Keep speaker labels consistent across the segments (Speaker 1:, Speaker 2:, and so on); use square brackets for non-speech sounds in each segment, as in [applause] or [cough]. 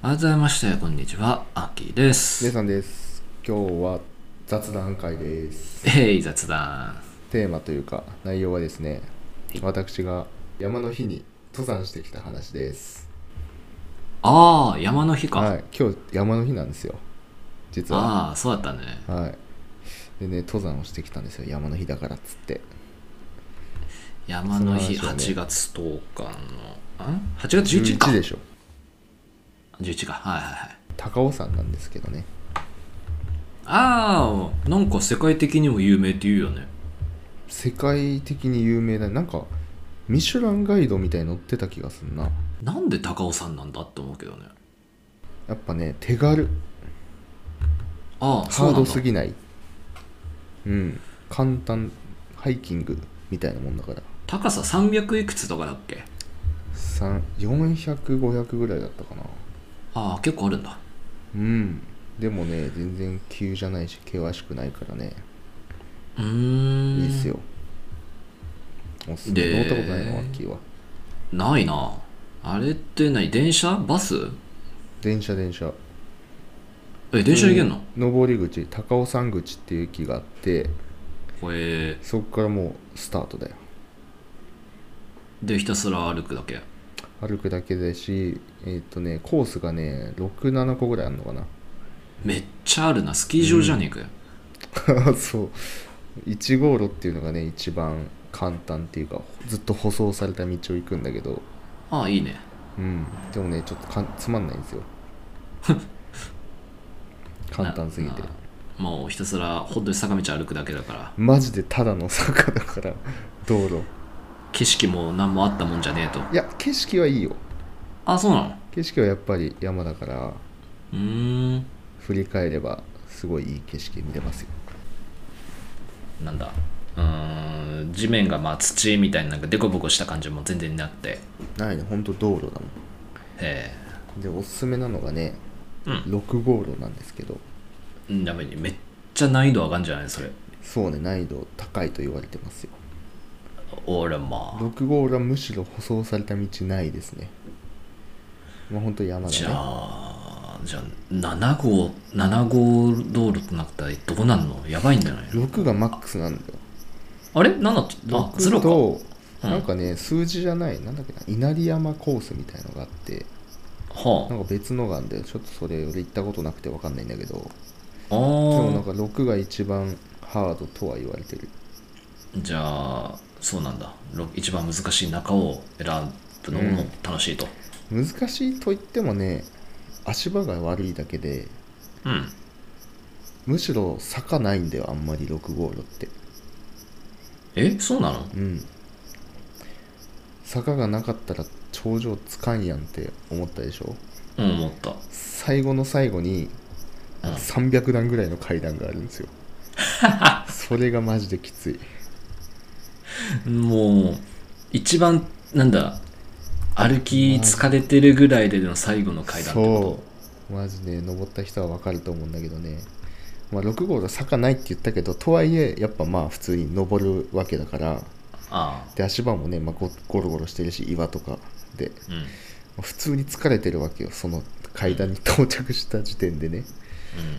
Speaker 1: 改めましてこんにちはアッキーで
Speaker 2: 姉
Speaker 1: す
Speaker 2: さんです。今日は雑談会です。
Speaker 1: えい雑談
Speaker 2: テーマというか内容はですね
Speaker 1: はい、
Speaker 2: 私が山の日に登山してきた話です。
Speaker 1: ああ山の日か、
Speaker 2: はい、今日山の日なんですよ。実は。
Speaker 1: ああそうだったね
Speaker 2: はい。でね、登山をしてきたんですよ。山の日だからっつって。
Speaker 1: 山の日
Speaker 2: その話をね
Speaker 1: 8月10日のん8月11日か
Speaker 2: 11でしょ。
Speaker 1: 11かはいはいはい
Speaker 2: 高尾山なんですけどね。
Speaker 1: ああなんか世界的にも有名って言うよね
Speaker 2: 世界的に有名ななんかミシュランガイドみたいに載ってた気がすんな
Speaker 1: なんで高尾山なんだって思うけどね
Speaker 2: やっぱね手軽
Speaker 1: ああ
Speaker 2: ハードす
Speaker 1: そう
Speaker 2: ぎないうん簡単ハイキングみたいなもんだから
Speaker 1: 高さ300いくつとかだっけ
Speaker 2: 400500ぐらいだったかな
Speaker 1: ああ結構あるんだ
Speaker 2: うんでもね全然急じゃないし険しくないからね
Speaker 1: うーん
Speaker 2: いいっすよおすすめ
Speaker 1: で
Speaker 2: 乗ったことないのワッキーは
Speaker 1: ないなあれって何電車バス
Speaker 2: 電車電車
Speaker 1: え電車行けんの、
Speaker 2: うん上り口高尾山口っていう駅があって
Speaker 1: これ
Speaker 2: そこからもうスタートだよ
Speaker 1: でひたすら歩くだけ
Speaker 2: 歩くだけだし、えーっ、とね、コースがね、6、7個ぐらいあるのか
Speaker 1: めっちゃあるなスキー場じゃねえかよ、
Speaker 2: な。 [laughs] そう。1号路っていうのがね、一番簡単っていうか、ずっと舗装された道を行くんだけど、
Speaker 1: ああいいね
Speaker 2: うん。でもね、ちょっとかんつまんないんですよ。 [laughs] 簡単すぎて
Speaker 1: な。なもうひたすら本当に坂道歩くだけだから
Speaker 2: マジでただの坂だから、道路。
Speaker 1: 景色も何もあったもんじゃねえと
Speaker 2: いや、景色はいいよ。
Speaker 1: あそうなの
Speaker 2: 景色はやっぱり山だから、
Speaker 1: うーん
Speaker 2: 振り返れば、すごいいい景色見れますよ。
Speaker 1: なんだうーん地面がまあ土みたいななんかデコボコした感じも全然なくて
Speaker 2: ないね、ほんと道路だもん。
Speaker 1: え
Speaker 2: でおすすめなのがね、
Speaker 1: うん
Speaker 2: 6号路なんですけど
Speaker 1: えうんやばいねめっちゃ難易度上がんじゃないそれ
Speaker 2: そうね難易度高いと言われてますよ
Speaker 1: 俺も
Speaker 2: 6号路はむしろ舗装された道ないですねまあ本当山
Speaker 1: じゃ
Speaker 2: だね
Speaker 1: あじゃあ7号7号道路となったらどうなんのやばいんじゃないの
Speaker 2: 6がマックスなんだよ
Speaker 1: あれ ?7 ってあゼ
Speaker 2: 6
Speaker 1: ロか
Speaker 2: と
Speaker 1: うん
Speaker 2: なんかね数字じゃないなんだっけな稲荷山コースみたいのがあってな
Speaker 1: は
Speaker 2: んか別のがあんだよちょっとそれ俺行ったことなくて分かんないんだけど
Speaker 1: あ
Speaker 2: でもな
Speaker 1: あ
Speaker 2: んか6が一番ハードとは言われてる
Speaker 1: ーじゃあそうなんだろ一番難しい中を選ぶのも楽しいと
Speaker 2: 難しいと言ってもね足場が悪いだけで
Speaker 1: うん
Speaker 2: むしろ坂ないんだよあんまり6号路って
Speaker 1: えそうなの
Speaker 2: うん坂がなかったら頂上つかんやんって思ったでしょ
Speaker 1: うん思った
Speaker 2: 最後の最後に
Speaker 1: うん
Speaker 2: 300段ぐらいの階段があるんですよ
Speaker 1: [laughs]
Speaker 2: それがマジできつい
Speaker 1: もう一番なんだ歩き疲れてるぐらいでの最後の階段ってこ
Speaker 2: そうマジで登った人はわかると思うんだけどねまあ6号路坂ないって言ったけどとはいえやっぱまあ普通に登るわけだから
Speaker 1: とああ
Speaker 2: で足場もね、まあ、ゴゴロゴロしてるし岩とかで
Speaker 1: うんうん
Speaker 2: 普通に疲れてるわけよその階段に到着した時点でね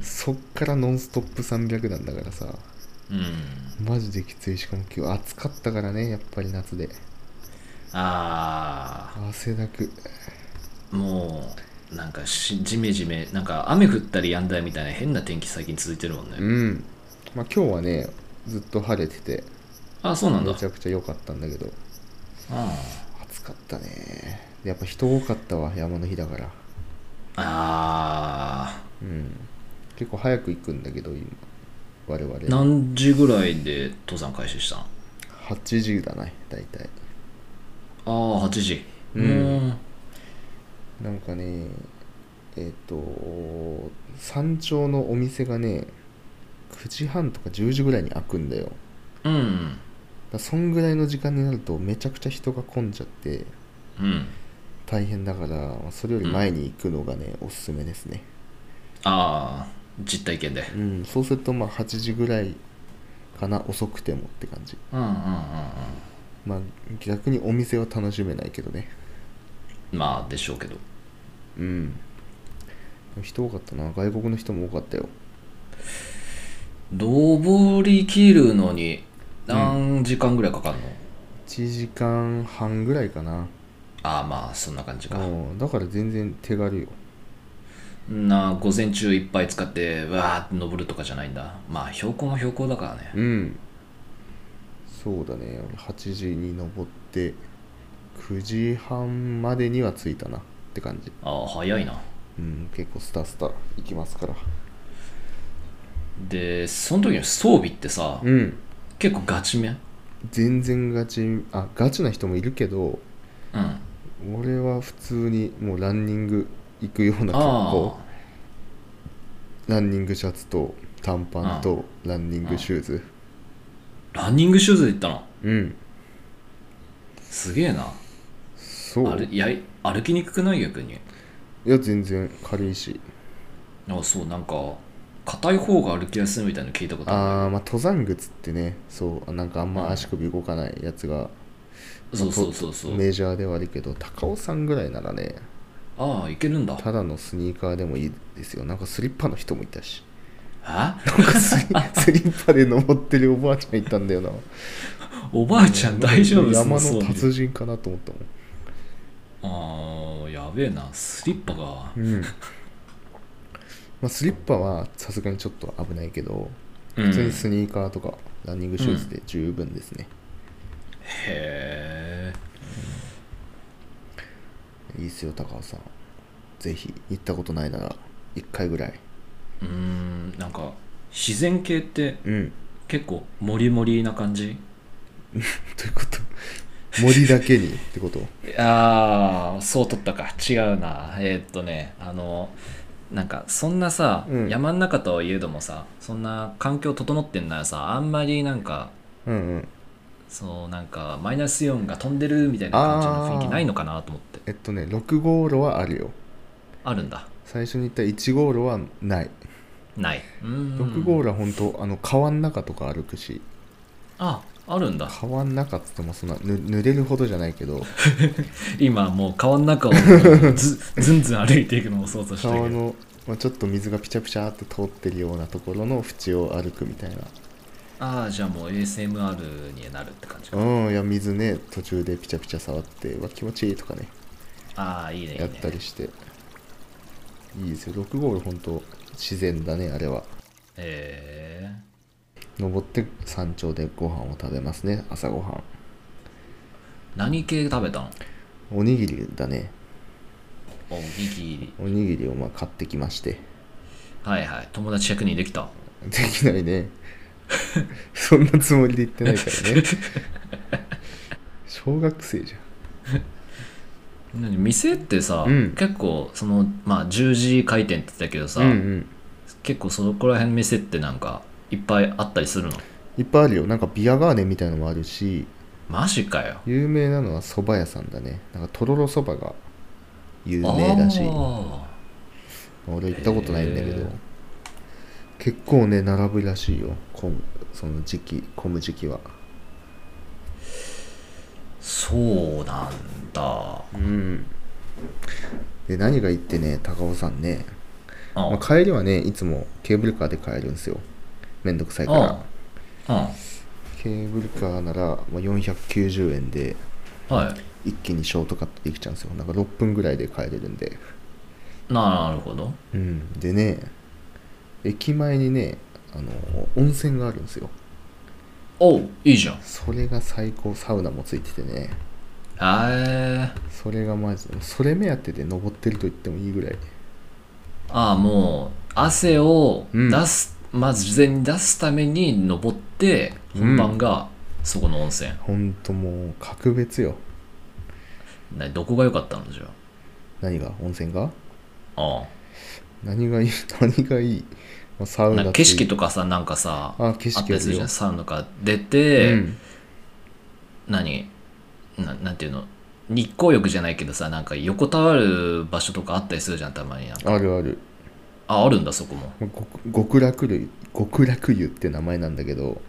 Speaker 2: そっからノンストップ300なんだからさ
Speaker 1: うん
Speaker 2: マジできついしかも今日暑かったからねやっぱり夏で
Speaker 1: あ
Speaker 2: 汗だく
Speaker 1: あもうなんかしジメジメなんか雨降ったりやんだりみたいな変な天気最近続いてるもんね、
Speaker 2: うんまあ今日はねずっと晴れてて
Speaker 1: ああそうなんだ
Speaker 2: め
Speaker 1: あ
Speaker 2: ちゃくちゃ良かったんだけど
Speaker 1: あ
Speaker 2: 暑かったねやっぱ人多かったわ山の日だから
Speaker 1: ああ
Speaker 2: うん結構早く行くんだけど今我々
Speaker 1: 何時ぐらいで登山開始したん
Speaker 2: 8時だな大体
Speaker 1: ああ8時
Speaker 2: うん
Speaker 1: うん
Speaker 2: なんかねえっ、と山頂のお店がね9時半とか10時ぐらいに開くんだよだか
Speaker 1: うん
Speaker 2: らそんぐらいの時間になるとめちゃくちゃ人が混んじゃって
Speaker 1: うん
Speaker 2: 大変だからまあそれより前に行くのがね、おすすめですね
Speaker 1: ああ実体験で
Speaker 2: うんそうするとまあ8時ぐらいかな遅くてもって感じ
Speaker 1: うんうんうんうん
Speaker 2: まあ逆にお店は楽しめないけどね
Speaker 1: まあでしょうけど
Speaker 2: うん人多かったな外国の人も多かったよ
Speaker 1: 登り切るのに何時間ぐらいかかるの、
Speaker 2: 1時間半ぐらいかな
Speaker 1: ああまあそんな感じか、
Speaker 2: うんだから全然手軽よ
Speaker 1: なあ午前中いっぱい使ってわーって登るとかじゃないんだまあ標高も標高だからね
Speaker 2: うんそうだね俺8時に登って9時半までには着いたなって感じ
Speaker 1: ああ早いな
Speaker 2: うん結構スタスタ行きますから
Speaker 1: でその時の装備ってさ、
Speaker 2: うん
Speaker 1: 結構ガチめ
Speaker 2: 全然ガチあガチな人もいるけど
Speaker 1: うんあ
Speaker 2: 俺は普通にもうランニング行くような格好
Speaker 1: あ
Speaker 2: ランニングシャツと短パンとランニングシューズ
Speaker 1: ランニングシューズで行ったの
Speaker 2: うん
Speaker 1: すげえな
Speaker 2: そう
Speaker 1: あれやい歩きにくくない逆に
Speaker 2: いや全然軽いし
Speaker 1: あそうなんか硬い方が歩きやすいみたいなの聞いたことあ
Speaker 2: あーまあ登山靴ってねそうなんかあんま足首動かないやつが、
Speaker 1: るそうそうそうそう
Speaker 2: メジャーではあるけど高尾さんぐらいならね
Speaker 1: ああいけるんだ
Speaker 2: ただのスニーカーでもいいですよなんかスリッパの人もいたし [laughs]
Speaker 1: あ
Speaker 2: スリスリッパで登ってるおばあちゃんいたんだよな
Speaker 1: [laughs] おばあちゃん [laughs] 大丈夫そ
Speaker 2: 山
Speaker 1: 装
Speaker 2: の
Speaker 1: 備
Speaker 2: 達人かなと思ったもん
Speaker 1: ああやべえなスリッパが
Speaker 2: [laughs] うんまあ、スリッパはさすがにちょっと危ないけど、
Speaker 1: うん
Speaker 2: 普通にスニーカーとかランニングシューズで十分ですね、
Speaker 1: へえ
Speaker 2: いいっすよ高尾さんぜひ行ったことないなら1回ぐらいう
Speaker 1: ーんなんか自然系って
Speaker 2: うん
Speaker 1: 結構モリモリな感じ
Speaker 2: ということ森だけにってこと
Speaker 1: ああそう取ったか違うなえーっとねあのなんかそんなさ、
Speaker 2: うん
Speaker 1: 山の中とはいえどもさそんな環境整ってんならさあんまりなんか
Speaker 2: うんうん
Speaker 1: そうなんかマイナスイオンが飛んでるみたいな感じの雰囲気ないのかなと思って
Speaker 2: えっとね6号路はあるよ
Speaker 1: あるんだ
Speaker 2: 最初に言った1号路はない
Speaker 1: ないうん
Speaker 2: 6号路は本当あの川の中とか歩くし
Speaker 1: ああるんだ
Speaker 2: 川の中っつってもそんなぬ濡れるほどじゃないけど
Speaker 1: 今もう川の中をずずんずん歩いていくのを想像してる
Speaker 2: 川
Speaker 1: けど
Speaker 2: の、まあ、ちょっと水がピチャピチャって通ってるようなところの縁を歩くみたいな
Speaker 1: ああじゃあもう ASMR になるって感じか
Speaker 2: うんいや水ね途中でピチャピチャ触ってうわ気持ちいいとかね
Speaker 1: ああいいねいい
Speaker 2: や
Speaker 1: ね
Speaker 2: ったりしていいですよ6号本当自然だねあれは
Speaker 1: え
Speaker 2: 登って山頂でご飯を食べますね朝ごはん
Speaker 1: ー、何系食べたの
Speaker 2: おにぎりだね
Speaker 1: おにぎり
Speaker 2: おにぎりをまあ買ってきまして
Speaker 1: はいはい友達100人できた
Speaker 2: できな
Speaker 1: [laughs]
Speaker 2: いねそんなつもりで言ってないからね小学生じゃん
Speaker 1: 何店ってさ、
Speaker 2: うん
Speaker 1: 結構そのまあ十字回転って言ったけどさ、
Speaker 2: うんうん
Speaker 1: 結構そこら辺の店ってなんかいっぱいあったりするの
Speaker 2: いっぱいあるよなんかビアガーデンみたいのもあるし
Speaker 1: マジかよ
Speaker 2: 有名なのは蕎麦屋さんだねなんかとろろ蕎麦が有名だし
Speaker 1: あ
Speaker 2: 俺行ったことないんだけど
Speaker 1: へー
Speaker 2: 結構ね並ぶらしいよ混むその時期混む時期は
Speaker 1: ーそうなんだあ、
Speaker 2: うんで何がいいってね高尾さんね、まあ、
Speaker 1: あ
Speaker 2: 帰りはねいつもケーブルカーで帰るんですよめんどくさいから
Speaker 1: あ
Speaker 2: ケーブルカーならまあ490円で
Speaker 1: あはい
Speaker 2: 一気にショートカットできちゃうんですよなんか6分ぐらいで帰れるんで
Speaker 1: ななるほど
Speaker 2: うん、でね駅前にねあの温泉があるんですよ
Speaker 1: おういいじゃん
Speaker 2: それが最高サウナもついててね
Speaker 1: えー、
Speaker 2: それがマジでそれ目当てで登ってると言ってもいいぐらい
Speaker 1: ああもう汗を
Speaker 2: うん
Speaker 1: 出す、まず事前に出すために登って
Speaker 2: う
Speaker 1: 本
Speaker 2: ん
Speaker 1: 番がそこの温泉、
Speaker 2: ほんともう格別よ
Speaker 1: などこが良かったのじゃ
Speaker 2: 何が温泉が
Speaker 1: あ。
Speaker 2: 何がいい [laughs] 何がいい、まあ、サ
Speaker 1: ああ
Speaker 2: ウ
Speaker 1: な
Speaker 2: ナ
Speaker 1: ん
Speaker 2: っ
Speaker 1: か
Speaker 2: てい
Speaker 1: 景
Speaker 2: う
Speaker 1: 色とかさ、なんかさ、
Speaker 2: あ景色
Speaker 1: あったりするじゃん。
Speaker 2: あ
Speaker 1: サウナから出
Speaker 2: る
Speaker 1: て、
Speaker 2: ようん
Speaker 1: 何ななんていうの日光浴じゃないけどさ、なんか横たわる場所とかあったりするじゃん、たまになんか。
Speaker 2: あるある
Speaker 1: あ、あるんだ、そこも。
Speaker 2: まあ極極楽類極楽湯って名前なんだけど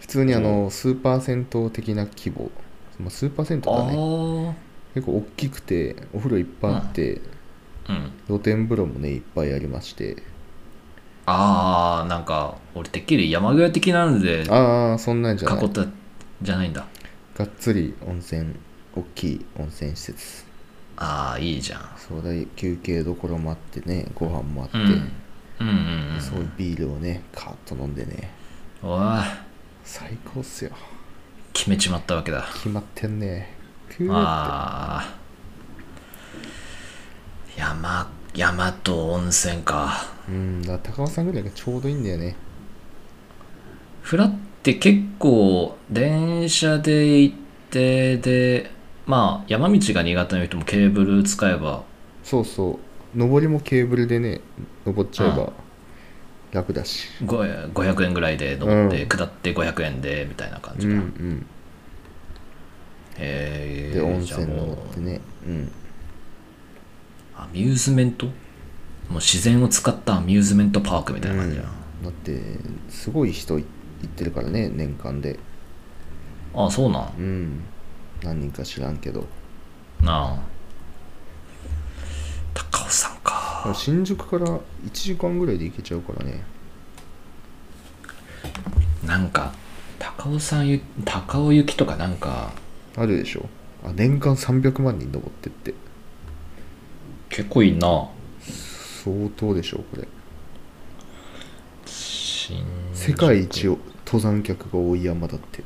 Speaker 2: 普通にあのスーパー銭湯的な規模、まあ、スーパー銭湯だね
Speaker 1: あ
Speaker 2: 結構大きくてお風呂いっぱいあって、
Speaker 1: あ。うん。
Speaker 2: 露天風呂もねいっぱいありまして
Speaker 1: ああ、なんか、俺てっきり山小屋的なので
Speaker 2: ああそんなんじゃな
Speaker 1: 囲っ
Speaker 2: い
Speaker 1: たじゃないんだ。
Speaker 2: がっつり温泉大きい温泉施設
Speaker 1: ああ、いいじゃん。
Speaker 2: そうだい休憩どころもあってねご飯もあって、
Speaker 1: うん。うんうんうん。
Speaker 2: そういうビールをねカーッと飲んでね
Speaker 1: おわ
Speaker 2: 最高っすよ
Speaker 1: 決めちまったわけだ。
Speaker 2: 決まってんねクーって
Speaker 1: ああ。山、山と温泉か。
Speaker 2: うんだから高尾さんぐらいがちょうどいいんだよね
Speaker 1: フラって結構電車で行ってでまあ山道が苦手な人もケーブル使えば
Speaker 2: そうそう上りもケーブルでね登っちゃえ
Speaker 1: う
Speaker 2: ば楽だし
Speaker 1: ご500円ぐらいで乗って、
Speaker 2: うん
Speaker 1: 下って500円でみたいな感
Speaker 2: う
Speaker 1: じ
Speaker 2: ん
Speaker 1: か
Speaker 2: う
Speaker 1: な、
Speaker 2: ん
Speaker 1: へえ
Speaker 2: で温
Speaker 1: じゃあ
Speaker 2: 泉
Speaker 1: も
Speaker 2: 登
Speaker 1: う
Speaker 2: ってねうん
Speaker 1: アミューズメントもう自然を使ったアミューズメントパークみたいな感じだ、
Speaker 2: だってすごい人い行ってるからね年間で
Speaker 1: ああそうなん
Speaker 2: うん何人か知らんけど
Speaker 1: なあ高尾さんか
Speaker 2: 新宿から1時間ぐらいで行けちゃうからね
Speaker 1: なんか高尾さんゆ高尾行きとかなんか
Speaker 2: あるでしょあ年間300万人登ってって
Speaker 1: 結構いいな
Speaker 2: 相当でしょこれ
Speaker 1: 新
Speaker 2: 世界一を登山客が多い山だって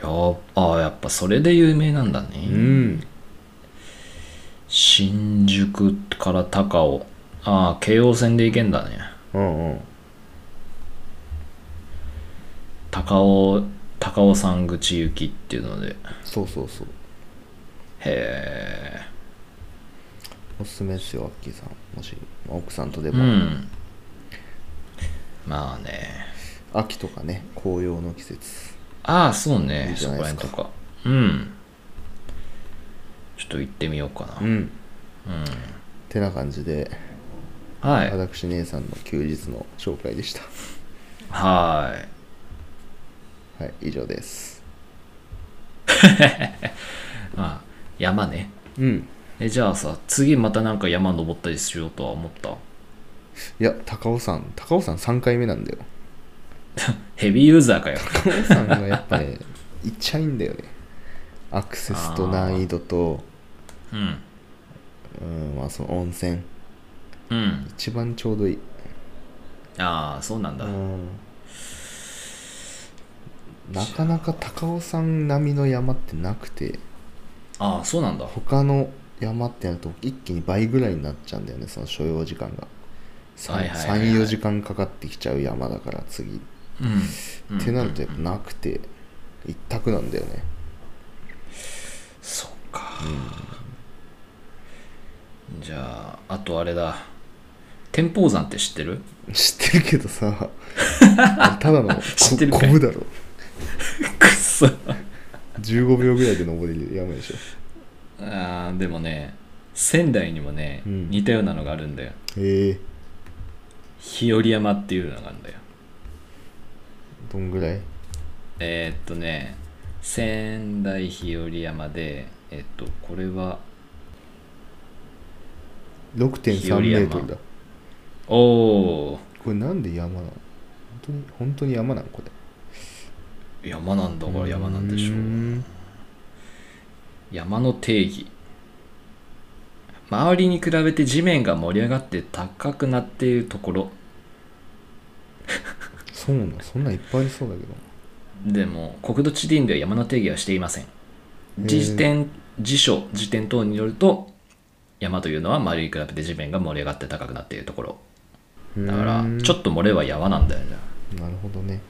Speaker 1: やっぱあやっぱそれで有名なんだね、
Speaker 2: うん
Speaker 1: 新宿から高尾ああ京王線で行けんだね
Speaker 2: うんうん
Speaker 1: 高尾高尾山口行きっていうのでへ
Speaker 2: そうそうそう
Speaker 1: え
Speaker 2: おすすめですよアッキーさんもし奥さんとで
Speaker 1: う
Speaker 2: も、
Speaker 1: んまあね
Speaker 2: 秋とかね紅葉の季節
Speaker 1: ああそうね
Speaker 2: いいじ
Speaker 1: そ
Speaker 2: ゃない
Speaker 1: こ
Speaker 2: で
Speaker 1: ら
Speaker 2: すか
Speaker 1: 辺とかうんちょっと行ってみようかな、
Speaker 2: うん
Speaker 1: うん
Speaker 2: てな感じで、
Speaker 1: はい
Speaker 2: 私姉さんの休日の紹介でした
Speaker 1: はい
Speaker 2: はい以上です
Speaker 1: ああ山ね
Speaker 2: うん
Speaker 1: えじゃあさ次またなんか山登ったりしようとは思った
Speaker 2: いや高尾山高尾山3回目なんだよ
Speaker 1: ヘビーユーザーかよ
Speaker 2: 高尾山がやっぱ [laughs] ねいっちゃいんだよねアクセスと難易度と
Speaker 1: うん
Speaker 2: うんまあその温泉
Speaker 1: うん
Speaker 2: 一番ちょうどいい
Speaker 1: ああそうなんだ、
Speaker 2: うんなかなか高尾山並みの山ってなくて
Speaker 1: ああそうなんだ
Speaker 2: 他の山ってなると一気に倍ぐらいになっちゃうんだよねその所要時間が
Speaker 1: はいはいはいはい
Speaker 2: 34時間かかってきちゃう山だから次、
Speaker 1: うん
Speaker 2: ってなると
Speaker 1: うん
Speaker 2: やっぱなくて一択なんだよね [laughs]
Speaker 1: そっか、じゃああとあれだ天保山って知ってる [laughs]
Speaker 2: 知ってるけどさあれただのこ
Speaker 1: 知ってるかい
Speaker 2: こぶだろ
Speaker 1: くっそ
Speaker 2: 15秒ぐらいで登れる山でしょ
Speaker 1: あーでもね仙台にもね、
Speaker 2: うん
Speaker 1: 似たようなのがあるんだよ
Speaker 2: へえ
Speaker 1: 日和山っていうのがあるんだよ
Speaker 2: どんぐらい
Speaker 1: えー、っとね仙台日和山でえっとこれは
Speaker 2: 6.3メートルだ
Speaker 1: おお
Speaker 2: これなんで山なの本当に本当に山なのこれ
Speaker 1: 山なんだから山なんでしょ
Speaker 2: うー
Speaker 1: うん山の定義周りに比べて地面が盛り上がって高くなっているところ
Speaker 2: そうなのそんなんいっぱいありそうだけど
Speaker 1: でも国土地理院では山の定義はしていません辞典辞書辞典等によると山というのは周りに比べて地面が盛り上がって高くなっているところだからちょ
Speaker 2: と
Speaker 1: っと盛れは山なんだよね
Speaker 2: なるほどね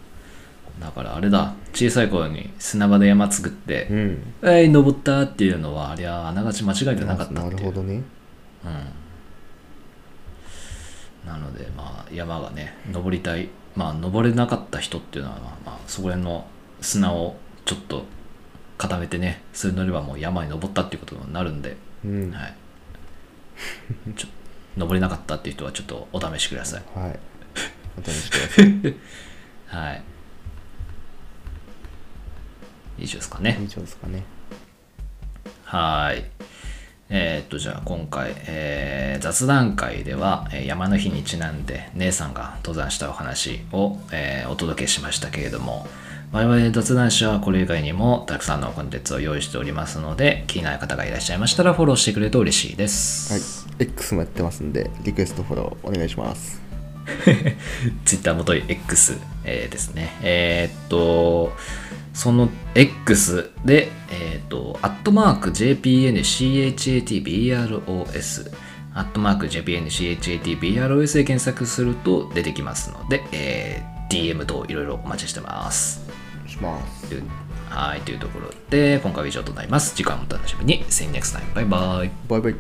Speaker 1: だからあれだ小さい頃に砂場で山作って
Speaker 2: うん
Speaker 1: 「えい登った」っていうのはありゃあながち間違いじゃなかった
Speaker 2: な
Speaker 1: って
Speaker 2: る
Speaker 1: い
Speaker 2: ほ
Speaker 1: う
Speaker 2: どね
Speaker 1: うんなのでまあ山がね登りたいまあ登れなかった人っていうのは、まあまあ、そこら辺の砂をちょっと固めてねそれ乗ればもう山に登ったっていうことになるんで、
Speaker 2: うんは
Speaker 1: はい、ちょ登れなかったっていう人はちょっとお試しください、 [laughs]
Speaker 2: いお試しください
Speaker 1: はい、以上ですかね、
Speaker 2: 以上ですかね
Speaker 1: はい。えーっと、じゃあ今回、えー雑談会では、えー山の日にちなんで姉さんが登山したお話を、えーお届けしましたけれども、我々雑談師はこれ以外にもたくさんのコンテンツを用意しておりますので、気になる方がいらっしゃいましたらフォローしてくれると嬉しいです。
Speaker 2: はい X もやってますんでリクエストフォローお願いします
Speaker 1: ツイッター元い X、えーですね。えーっと、その X で、えーっと、アットマーク JPNCHATBROS、アットマーク JPNCHATBROS で検索すると出てきますので、えー DM といろいろお待ちしてます。
Speaker 2: します
Speaker 1: というはい、というところで、今回は以上となります。次回もお楽しみに。See you next time. バイバイ。
Speaker 2: バイバイ